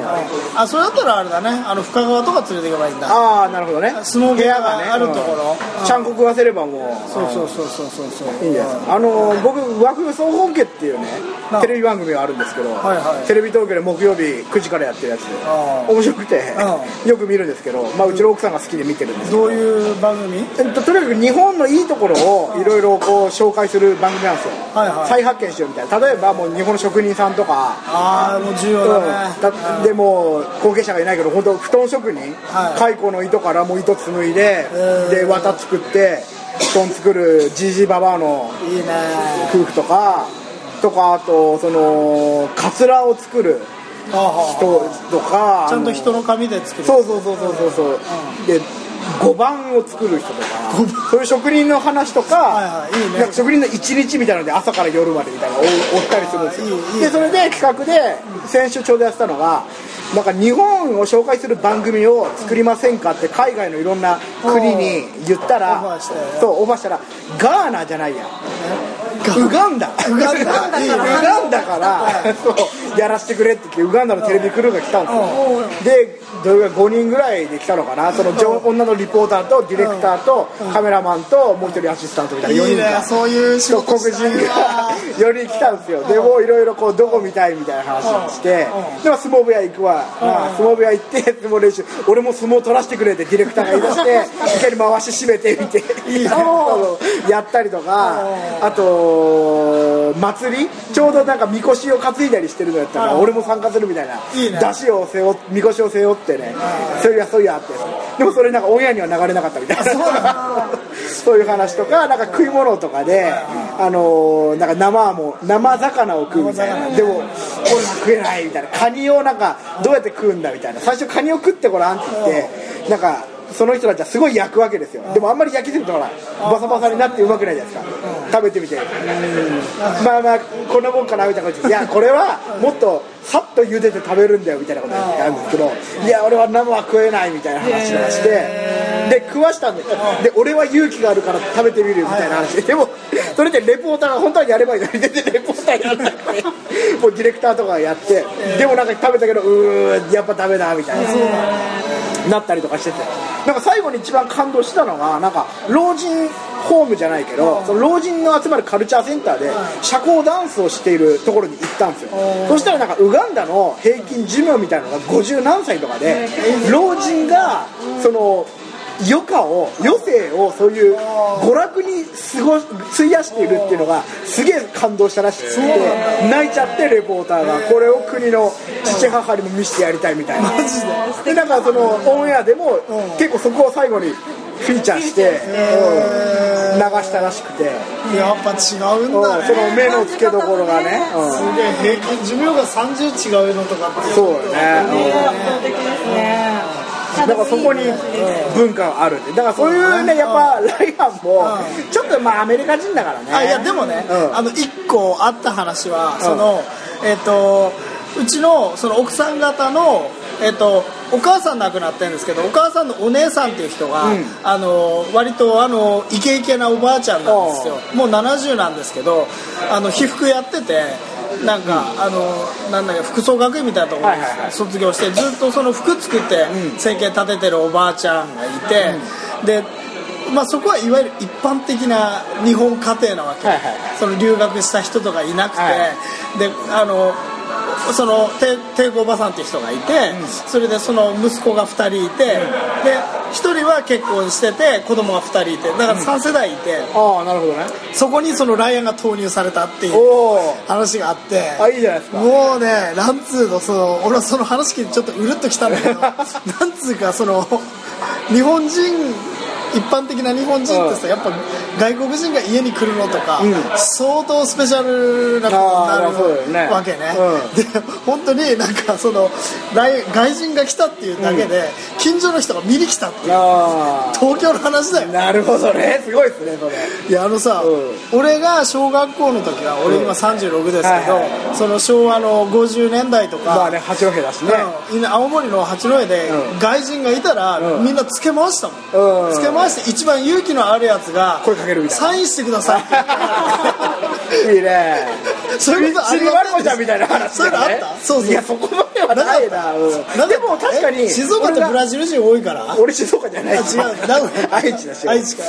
Speaker 1: あそれだったらあれだねあの深川とか連れていけばいいんだ
Speaker 2: ああなるほどね
Speaker 1: 相撲部屋があるところ
Speaker 2: うんちゃんこ食わせればもう
Speaker 1: そうそうそうそうそうそう
Speaker 2: いいんじゃないですかあのー僕和風総本家っていうね
Speaker 1: なあ
Speaker 2: テレビ番組があるんですけど、
Speaker 1: はいはい
Speaker 2: テレビ東京で木曜日9時からやってるやつ
Speaker 1: ああ
Speaker 2: 面白くて
Speaker 1: う
Speaker 2: よく見るんですけど、まあ、うちの奥さんが好きで見てるんですけ
Speaker 1: ど
Speaker 2: ど
Speaker 1: ういう番組
Speaker 2: えっと、とにかく日本のいいところをいろいろこう紹介する番組なんですよ、
Speaker 1: はいはい
Speaker 2: 再発見しようみたいな例えばもう日本の職人さんとか
Speaker 1: ああもう重要だね、
Speaker 2: だでも後継者がいないけど本当布団職人、
Speaker 1: はい
Speaker 2: 蚕の糸からもう糸紡いで、
Speaker 1: うん
Speaker 2: で綿作って布団作るじいじばばあの
Speaker 1: いいね
Speaker 2: 夫婦とかとかあとそのカツラを作る
Speaker 1: ああ
Speaker 2: 人とか
Speaker 1: ちゃんと人
Speaker 2: の
Speaker 1: の髪で作る
Speaker 2: そうそうそうそうそうそう、で碁盤を作る人とかそういう職人の話とか,、
Speaker 1: はいはいいいね
Speaker 2: なんか職人の一日みたいなので朝から夜までみたいなのを追追ったりするんですよ
Speaker 1: あーいいいいね
Speaker 2: でそれで企画で先週ちょうどやってたのがなんか日本を紹介する番組を作りませんかって海外のいろんな国に言ったら
Speaker 1: オファーして
Speaker 2: そうオファーしたらガーナじゃないやウガンダ
Speaker 1: ウガン
Speaker 2: [laughs]
Speaker 1: ダ
Speaker 2: ウガンダからそうやらせてくれって言ってウガンダのテレビクルーが来たんですよでどれが5人ぐらいで来たのかなその女女のリポーターとディレクターとカメラマンともう一人アシスタントみたいな4
Speaker 1: いい
Speaker 2: 人
Speaker 1: ね
Speaker 2: が
Speaker 1: そういう仕
Speaker 2: そう
Speaker 1: 事
Speaker 2: 黒人
Speaker 1: したい
Speaker 2: が
Speaker 1: わ
Speaker 2: 4人来たんですよでもういろいろこうどこ見たいみたいな話をしてでも相撲部屋行くわまあ相撲部屋行って相撲練習俺も相撲取らせてくれってディレクターが言い出して一回に回し締めてみていいやったりとかあと祭りちょうどなんかみこしを担いだりしてるのやったから俺も参加するみたいない
Speaker 1: いね
Speaker 2: 出汁を背負みこしを背負ってねそういうやそういうやあってでもそれなんかオンエアには流れなかったみたいな
Speaker 1: そうなんだ
Speaker 2: [laughs] そういう話とか、なんか食い物とかで、あのーなんか生も生魚を食うみたいな、でも、俺は食えないみたいな、カニをなんか、どうやって食うんだみたいな、最初、カニを食ってごらんって言って、なんか、その人たちはすごい焼くわけですよ、でもあんまり焼きすぎるとほら、バサバサになってうまくないじゃないですか、食べてみて、うーんまあまあ、こんなもんかなみたいな感じで、いや、これはもっとさっと茹でて食べるんだよみたいなこと言ってあるんですけど、いや、俺は生は食えないみたいな話をして。で食わしたんでで俺は勇気があるから食べてみるよみたいな話でもそれでレポーターが本当はやればいいのに全然レポーターやらなくてもうディレクターとかがやってでもなんか食べたけどうーんやっぱダメだみたいななったりとかしててなんか最後に一番感動したのがなんか老人ホームじゃないけどその老人の集まるカルチャーセンターで社交ダンスをしているところに行ったんですよそしたらなんかウガンダの平均寿命みたいなのが50何歳とかで老人がその余暇を余生をそういう娯楽に過ご費やしているっていうのがすげえ感動したらしくて泣いちゃってレポーターがこれを国の父母にも見せてやりたいみたいなマジでなんかそのオンエアでも結構そこを最後にフィーチャーしてうん流したらしくて
Speaker 1: [laughs] やっぱ違うん
Speaker 2: うん
Speaker 1: だね
Speaker 2: その目の付けどころがね
Speaker 1: すげえ平均寿命が30違うのとかっ
Speaker 2: う
Speaker 1: て
Speaker 2: んそうよねうん
Speaker 3: ね圧倒的ですね
Speaker 2: だからそこに文化があるんでだからそういうねやっぱライアンもちょっとまあアメリカ人だからね
Speaker 1: あいやでもね、
Speaker 2: うん
Speaker 1: あの1個あった話は、
Speaker 2: ん
Speaker 1: そのえっ、とうちのその奥さん方のえっ、とお母さん亡くなってるんですけどお母さんのお姉さんっていう人が、
Speaker 2: うん
Speaker 1: あの割とあのイケイケなおばあちゃんなんですよもう70なんですけどあの被服やっててなんか、あのなんだか服装学院みたいなところ
Speaker 2: は
Speaker 1: に
Speaker 2: いはいはい
Speaker 1: 卒業してずっとその服作って生計立ててるおばあちゃんがいて、で、まあ、そこはいわゆる一般的な日本家庭なわけ、
Speaker 2: はいはい
Speaker 1: その留学した人とかいなくて、
Speaker 2: は
Speaker 1: であのそのて帝子おばさんっていう人がいて、それでその息子が2人いて、で1人は結婚してて子供が2人いてだから3世代いて、
Speaker 2: ああなるほどね
Speaker 1: そこにそのライアンが投入されたっていう
Speaker 2: おお
Speaker 1: 話があって
Speaker 2: あいいじゃないですか
Speaker 1: もうねなんつうのその俺はその話聞いてちょっとうるっときたんだけど
Speaker 2: [laughs]
Speaker 1: なんつうかその日本人一般的な日本人ってさ、やっぱ外国人が家に来るのとか、
Speaker 2: ん
Speaker 1: 相当スペシャルな
Speaker 2: あーそ
Speaker 1: こ
Speaker 2: う
Speaker 1: と
Speaker 2: だよ
Speaker 1: にな
Speaker 2: ね
Speaker 1: るわけね
Speaker 2: う
Speaker 1: で本当になんかその来外人が来たっていうだけで、近所の人が見に来たっていう
Speaker 2: あ
Speaker 1: 東京の話だよ
Speaker 2: あなるほどねすごいですねそれ
Speaker 1: いやあのさ、
Speaker 2: う
Speaker 1: 俺が小学校の時は俺今36ですけど、
Speaker 2: はいは
Speaker 1: その昭和の50年代とか、
Speaker 2: まあね八戸だしね
Speaker 1: うん青森の八戸で
Speaker 2: う
Speaker 1: 外人がいたら、
Speaker 2: うん
Speaker 1: みんなつけ回したもん、
Speaker 2: うん
Speaker 1: つけ回して一番勇気のあるやつが
Speaker 2: 声かけるみたいな
Speaker 1: サインしてくださいって
Speaker 2: [laughs] いいね
Speaker 1: そういうことあ
Speaker 2: ち
Speaker 1: り
Speaker 2: び
Speaker 1: ま
Speaker 2: まる
Speaker 1: せん
Speaker 2: 子ちゃんみたいな話
Speaker 1: そういうのあったそうそう
Speaker 2: いやそこまではないなうんでも確か
Speaker 1: え
Speaker 2: に
Speaker 1: 静岡ってブラジル人多いから
Speaker 2: 俺静岡じゃない
Speaker 1: あ違う名古屋
Speaker 2: [laughs] 愛知だし
Speaker 1: 愛知か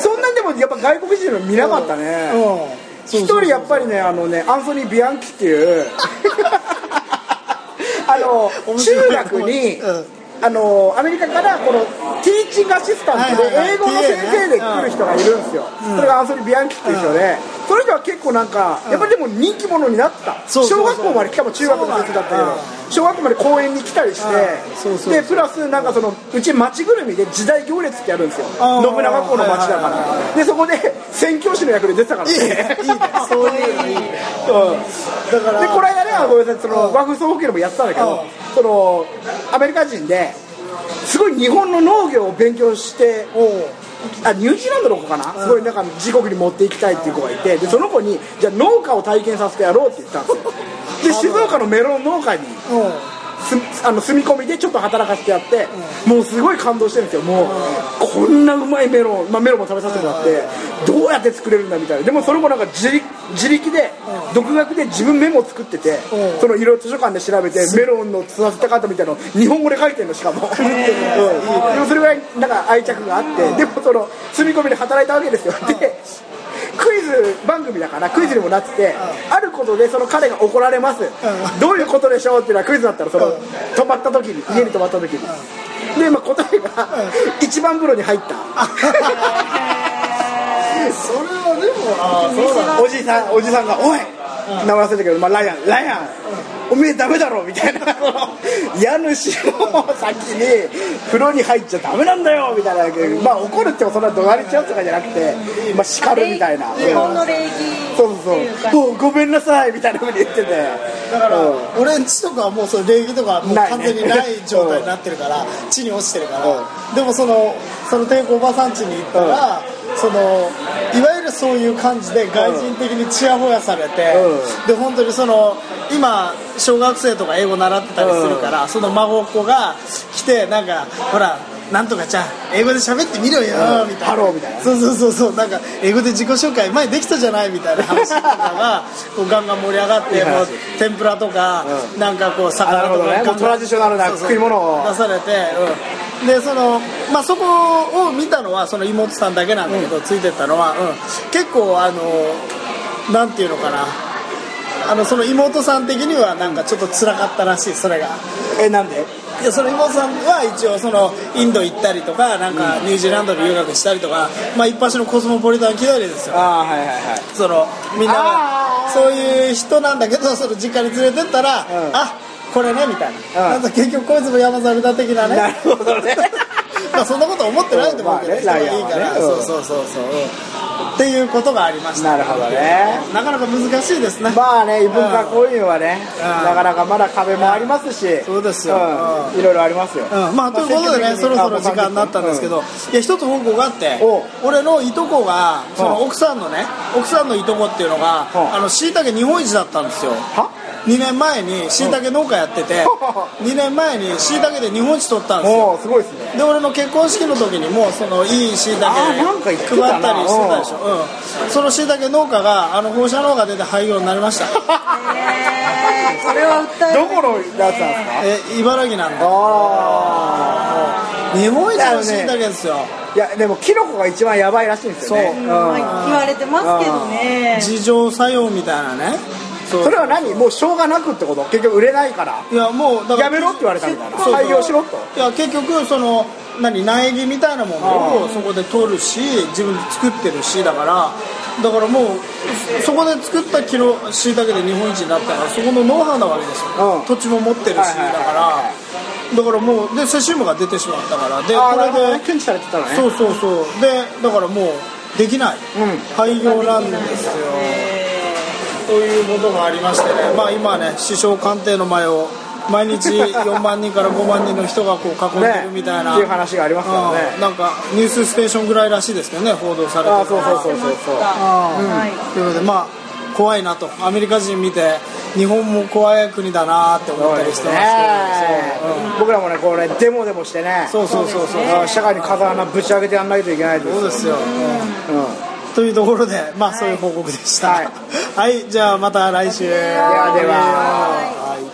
Speaker 2: そんなんでもやっぱ外国人の見なかったね
Speaker 1: うんそう
Speaker 2: 一
Speaker 1: そう
Speaker 2: 人やっぱりねあのねアンソニー・ビアンキっていう
Speaker 1: [laughs]
Speaker 2: あの
Speaker 1: 面白
Speaker 2: 中
Speaker 1: い
Speaker 2: 学に、
Speaker 1: うん
Speaker 2: あのアメリカからこのティーチングアシスタントで
Speaker 1: はいはいはい
Speaker 2: 英語の先生で来る人がいるんですよ、それがアンソニー・ビアンキっていう人で、その人は結構なんか、やっぱりでも人気者になった
Speaker 1: そうそうそう
Speaker 2: 小学校までしかも中学の時だっ
Speaker 1: そ
Speaker 2: たけど
Speaker 1: うなんだ
Speaker 2: 小学校まで公園に来たりして
Speaker 1: うんそうそう
Speaker 2: でプラスなんかそのうち町ぐるみで時代行列ってやるんですよ信
Speaker 1: あー
Speaker 2: 長公の
Speaker 1: は
Speaker 2: 町だ
Speaker 1: いは
Speaker 2: からでそこで宣教師の役で出てたからね
Speaker 1: いいねいいねそういうのいいねだから
Speaker 2: でこの間ねあごめんなさいその和風総合研もやってたんだけどそのアメリカ人ですごい日本の農業を勉強してあニュージーランドの子かな、すごいなんか自国に持っていきたいっていう子がいてでその子にじゃあ農家を体験させてやろうって言ったんですよで静岡のメロン農家に
Speaker 1: うん
Speaker 2: すあの住み込みでちょっと働かせてやって、もうすごい感動してるんですよもう、こんなうまいメロン、まあ、メロンも食べさせてもらって、どうやって作れるんだみたいなでもそれもなんか自力自力で、独学で自分メモを作ってて、
Speaker 1: うん
Speaker 2: そのいろいろ図書館で調べてメロンの育てた方みたいなのを日本語で書いてるのしかも、うんでもそれぐらいなんか愛着があって、でもその住み込みで働いたわけですよ、でクイズ番組だからクイズにもなってて、あることでその彼が怒られます、どういうことでしょうっていうのはクイズだったらその、泊まった時に家に泊まった時に、で、まあ、答えが、一番風呂に入った [laughs]
Speaker 1: それはでもあーそうだ
Speaker 2: おじさんおじさんが「おい!」名前忘れたけど、まあ、ライアンライアン、おめえダメだろみたいなその家主の先に風呂に入っちゃダメなんだよみたいな、まあ、怒るってもそんな怒鳴り散らすとかじゃなくて、まあ、叱るみたいな。
Speaker 3: 日
Speaker 2: う
Speaker 3: 本
Speaker 2: ん
Speaker 3: の礼儀って
Speaker 2: [laughs] そうそう
Speaker 3: いうか
Speaker 2: そう、ごめんなさいみたいなふうに言ってて、
Speaker 1: だから
Speaker 2: うん
Speaker 1: 俺んちとかはもうそれ礼儀とかもう
Speaker 2: ないね
Speaker 1: 完全にない状態になってるから地に落ちてるからでもそのその天狗おばさん家に行ったらそのいわゆるそういう感じで外人的にちやほやされて
Speaker 2: う
Speaker 1: で本当にその今小学生とか英語習ってたりするからその孫っ子が来てなんかほらなんとかちゃん英語で喋ってみろよみたいな
Speaker 2: ハローみたいな。
Speaker 1: そうそうそうそうなんか英語で自己紹介前できたじゃないみたいな話とかがこうガンガン盛り上がっ
Speaker 2: い
Speaker 1: て
Speaker 2: はい
Speaker 1: もう天ぷらとか、なんかこう魚
Speaker 2: あなる
Speaker 1: と
Speaker 2: ほ
Speaker 1: か
Speaker 2: どね
Speaker 1: ガンガン
Speaker 2: もうトラディショナルな
Speaker 1: そうそう
Speaker 2: 食い物を
Speaker 1: 出されて、うんでそのまあそこを見たのはその妹さんだけなんだけど、ついてったのは、うん結構あのなんていうのかなあのその妹さん的にはなんかちょっと辛かったらしいそれが。
Speaker 2: え、なんで
Speaker 1: いやその妹さんは一応そのインド行ったりとかなんかニュージーランドに留学したりとか、まあ、一般種のコスモポリタン気取りですよ
Speaker 2: ああー、はいはいはい。
Speaker 1: そのみんな
Speaker 2: あ
Speaker 1: が
Speaker 2: ー
Speaker 1: そういう人なんだけどその実家に連れてったら、あこれねみたいな,、
Speaker 2: うん
Speaker 1: なんか結局こいつも山猿だ的なね
Speaker 2: なるほどね。
Speaker 1: [laughs] まあそんなこと思ってないと思うけど、
Speaker 2: うん
Speaker 1: 人
Speaker 2: まあ
Speaker 1: が
Speaker 2: ね
Speaker 1: いいから、
Speaker 2: ライアン
Speaker 1: そ
Speaker 2: は
Speaker 1: う
Speaker 2: ね
Speaker 1: そうそうそう、うんっていうことがありました
Speaker 2: なるほどね。
Speaker 1: なかなか難しいですね、
Speaker 2: [laughs] まあね、異文化交流はね、
Speaker 1: うん
Speaker 2: なかなかまだ壁もありますし、
Speaker 1: そうですよ
Speaker 2: うんいろいろありますよ。
Speaker 1: うんまあ、ということでね、そろそろ時間になったんですけ
Speaker 2: う
Speaker 1: ど、いや一つ報告があって
Speaker 2: お
Speaker 1: 俺のいとこがその
Speaker 2: うん
Speaker 1: 奥さんのね奥さんのいとこっていうのが
Speaker 2: うん
Speaker 1: あの椎茸日本一だったんですよ
Speaker 2: は
Speaker 1: 2年前に椎茸農家やってて
Speaker 2: う
Speaker 1: 2年前に椎茸で日本一取ったんですよ
Speaker 2: おーすごいですね。
Speaker 1: で俺の結婚式の時にもそのいい椎茸
Speaker 2: あーなんか
Speaker 1: 配
Speaker 2: 言
Speaker 1: っ
Speaker 2: ったて
Speaker 1: り
Speaker 2: たな
Speaker 1: してたでしょ、うん、その椎茸農家があの放射能が出て廃業になりま
Speaker 2: [laughs]
Speaker 1: した
Speaker 3: えーそれは訴え
Speaker 2: どこのやつなんですか
Speaker 1: え茨城なんだ
Speaker 2: あ
Speaker 1: 日本一の椎茸ですよ
Speaker 2: あ。いや、でも、キノコが一番やばいらしいんですよ
Speaker 1: そ
Speaker 2: ね。
Speaker 1: う
Speaker 3: うんまあ言われてますけどね
Speaker 1: 自浄作用みたいなねそ
Speaker 2: それは何もうしょうがなくってこと結局売れないから。
Speaker 1: いやもうだ
Speaker 2: やめろって言われたみたいな
Speaker 1: そうそう
Speaker 2: 廃業しろと
Speaker 1: いや結局その何苗木みたいなものをそこで取るし自分で作ってるしだからだからもうそこで作ったキロ椎茸で日本一になったからそこのノウハウなわけですよ、
Speaker 2: うん
Speaker 1: 土地も持ってるし、
Speaker 2: はいはいはいは
Speaker 1: だからだからもうでセシウムが出てしまったからで
Speaker 2: ああ、なるほ
Speaker 1: こ
Speaker 2: どね
Speaker 1: れ。で、
Speaker 2: 検知されてたのね。
Speaker 1: そうそうそうでだからもうできない、
Speaker 2: うん
Speaker 1: 廃業なんですよ
Speaker 3: え
Speaker 1: ということがありましてね、まあ、今ね首相官邸の前を毎日4万人から5万人の人がこう囲んでるみたいな、
Speaker 2: ねっていう話がありますからね
Speaker 1: うんなんか「ニュースステーション」ぐらいらしいですけどね報道されてる
Speaker 2: ああ、そうそうそうそうそう。
Speaker 3: はい
Speaker 1: ということでまあ怖いなとアメリカ人見て日本も怖い国だなって思ったりしてますけど、
Speaker 2: 僕らもねこれデモでもしてね
Speaker 1: そうそうそうそうそうそうそう
Speaker 2: 社会に風穴ぶち上げてやんないといけないです
Speaker 1: そうですよ、
Speaker 2: うん
Speaker 1: というところでまあ
Speaker 3: は
Speaker 1: [laughs]
Speaker 3: い
Speaker 1: そういう報告でした
Speaker 2: は
Speaker 1: はい、じゃあまた来週で
Speaker 2: はでは
Speaker 3: はい
Speaker 2: はい